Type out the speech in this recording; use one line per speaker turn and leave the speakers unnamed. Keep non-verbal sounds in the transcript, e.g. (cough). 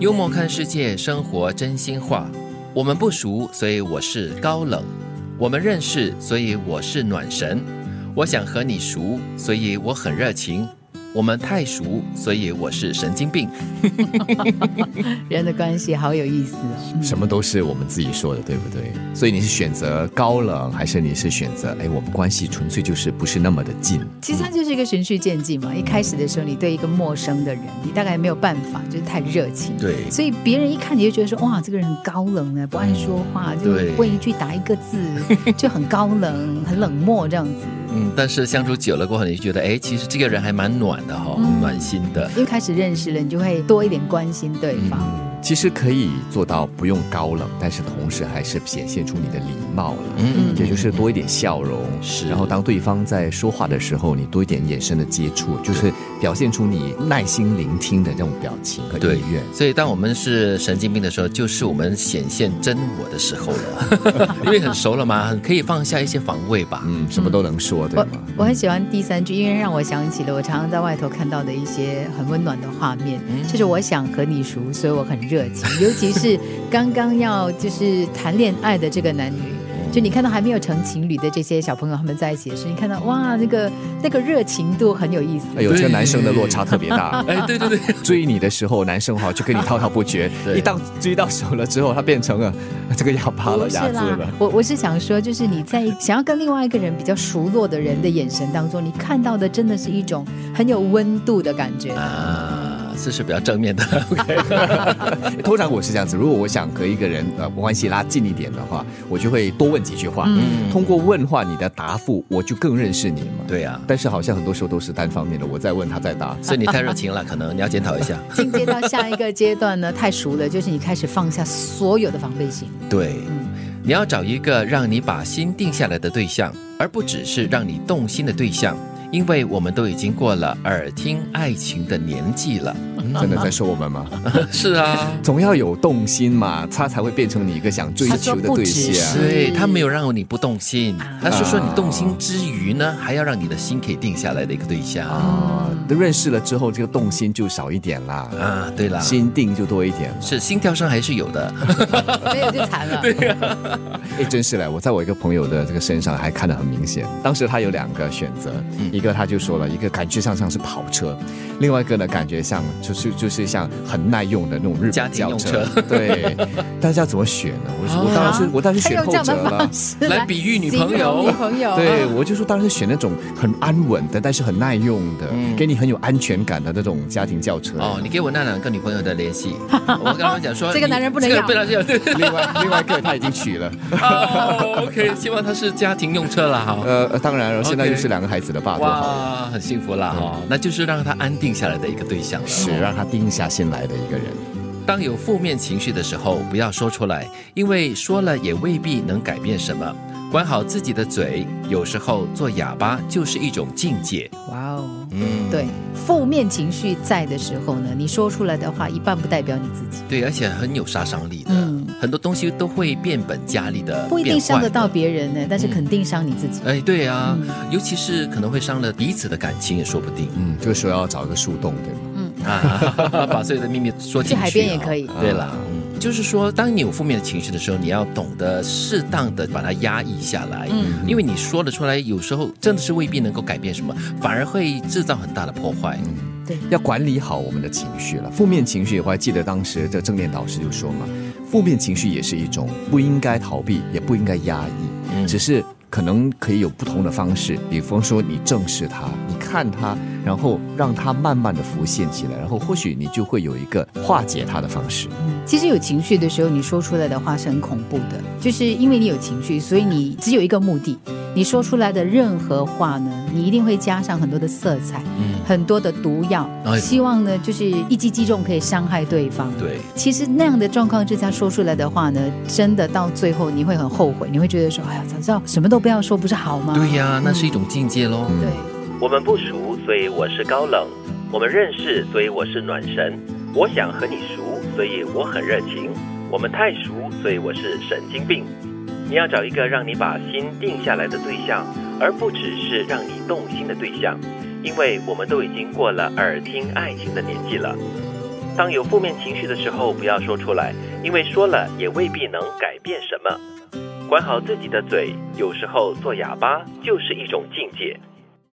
幽默看世界，生活真心话。我们不熟，所以我是高冷；我们认识，所以我是暖神。我想和你熟，所以我很热情。我们太熟，所以我是神经病。
人的关系好有意思哦。
什么都是我们自己说的，对不对？所以你是选择高冷，还是你是选择哎，我们关系纯粹就是不是那么的近？
嗯其实它就是一个循序渐进嘛。一开始的时候，你对一个陌生的人，你大概没有办法，就是太热情。
对
所以别人一看你就觉得说，哇，这个人很高冷呢，不爱说话，
嗯
就
对
问一句答一个字，就很高冷、很冷漠这样子。
嗯，但是相处久了过后，你就觉得，哎，其实这个人还蛮暖的哈、
嗯
暖心的。
因为开始认识了，你就会多一点关心对
嗯
方。
其实可以做到不用高冷，但是同时还是显现出你的礼貌了，
嗯
也就是多一点笑容。
是
然后当对方在说话的时候，你多一点眼神的接触，就是表现出你耐心聆听的这种表情和
对
意愿。
所以当我们是神经病的时候，就是我们显现真我的时候了， (laughs) 因为很熟了嘛，很可以放下一些防卫吧。
嗯，什么都能说，对
我
吗？
我很喜欢第三句，因为让我想起了我常常在外头看到的一些很温暖的画面，
嗯
就是我想和你熟，所以我很热情。
(laughs)
尤其是刚刚要就是谈恋爱的这个男女，
嗯
就你看到还没有成情侣的这些小朋友他们在一起的时候，你看到哇，那个那个热情度很有意思。
呃
哎呦，这个男生的落差特别大。
哎，对对对，，
追你的时候，男生哈就跟你滔滔不绝
对
一到追到手了之后，他变成了这个哑巴了、
不是
哑子
啦
了。，
我我是想说，就是你在想要跟另外一个人比较熟络的人的眼神当中，你看到的真的是一种很有温度的感觉。
啊，这是比较正面的。
(laughs)
通常我是这样子，如果我想和一个人呃关系拉近一点的话，我就会多问几句话，
嗯
通过问话你的答复，我就更认识你嘛。。
对呀、
但是好像很多时候都是单方面的，我在问他在答。
所以你太热情了，可能你要检讨一
(laughs)
下。
进阶到下一个阶段呢，太熟了，就是你开始放下所有的防
(laughs)
备心。
对
嗯，
你要找一个让你把心定下来的对象，而不只是让你动心的对象，因为我们都已经过了耳听爱情的年纪
(laughs)
了。
嗯
真的在说我们吗？
是啊，
总要有动心嘛，他才会变成你一个想追
他说
求的
不
对
只
象
是。
对
嗯
他没有让你不动心
啊，
他是说你动心之余呢，还要让你的心可以定下来的一个对象
哦
啊，认识了之后，这个动心就少一点啦，
啊。对啦，
心定就多一点了。
是心跳声还是有的，
没有就惨了。
啊
哎，真是嘞！我在我一个朋友的这个身上还看得很明显。当时他有两个选择，
嗯
一个他就说了一个感觉上像是跑车，另外一个呢感觉像就是就是像很耐用的那种日本
家庭
轿
用
车
车。
对，大家怎么选呢？我说我当然是我当然
啊他
是选
用
后
这样
者
的
了
方。式
来比喻女朋
形容
友
女。朋友，
对，我就说当然是选那种很安稳的，但是很耐用的，给你很有安全感的那种家庭轿车。
嗯哦，你给我那两个女朋友的联
(laughs)
系，我跟他们讲说，
这个
你
男人不能
这个
要
不能要。对对
另外另外一个他已经娶了，
哦，OK，希望他是家庭用车了哈。
呃，呃当然了，现在
哦 OK
又是两个孩子的爸，多好呀。
哇，很幸福啦哈，那就是让他安定下来的一个对象了。
是让他定下心来的一个人。
当有负面情绪的时候，不要说出来，因为说了也未必能改变什么。管好自己的嘴，有时候做哑巴就是一种境界。
哇哦，
嗯，
对，负面情绪在的时候呢，你说出来的话一半不代表你自己，
对，而且很有杀伤力的，
嗯
很多东西都会变本加厉的，
不一定伤得到
变
别人呢，但是肯定伤你自己。
坏的。哎，对啊，
嗯
尤其是可能会伤了彼此的感情也说不定
嗯，这个时候要找一个树洞，对吗？
(laughs) 啊，把所有的秘密说进去
去
啊。
海边也可以
对啦，嗯就是说，当你有负面的情绪的时候，你要懂得适当的把它压抑下来，
嗯
因为你说了出来，有时候真的是未必能够改变什么，反而会制造很大的破坏。
要管理好我们的情绪了。负面情绪，我还记得当时这正念导师就说嘛，负面情绪也是一种，不应该逃避，也不应该压抑，
嗯
只是可能可以有不同的方式，比方说你正视它，你看它，然后让它慢慢的浮现起来，然后或许你就会有一个化解它的方式。
其实有情绪的时候，你说出来的话是很恐怖的，就是因为你有情绪，所以你只有一个目的，你说出来的任何话呢，你一定会加上很多的色彩，
嗯，
很多的毒药，
哎
希望呢就是一击击中可以伤害对方。
对，
其实那样的状况之下说出来的话呢，真的到最后你会很后悔，你会觉得说，哎呀，早知道什么都不要说，不是好吗？
对呀、那是一种境界喽。
对。
我们不熟，所以我是高冷；我们认识，所以我是暖神。我想和你熟，所以我很热情。我们太熟，所以我是神经病。你要找一个让你把心定下来的对象，而不只是让你动心的对象，因为我们都已经过了耳听爱情的年纪了。当有负面情绪的时候，不要说出来，因为说了也未必能改变什么。管好自己的嘴，有时候做哑巴就是一种境界。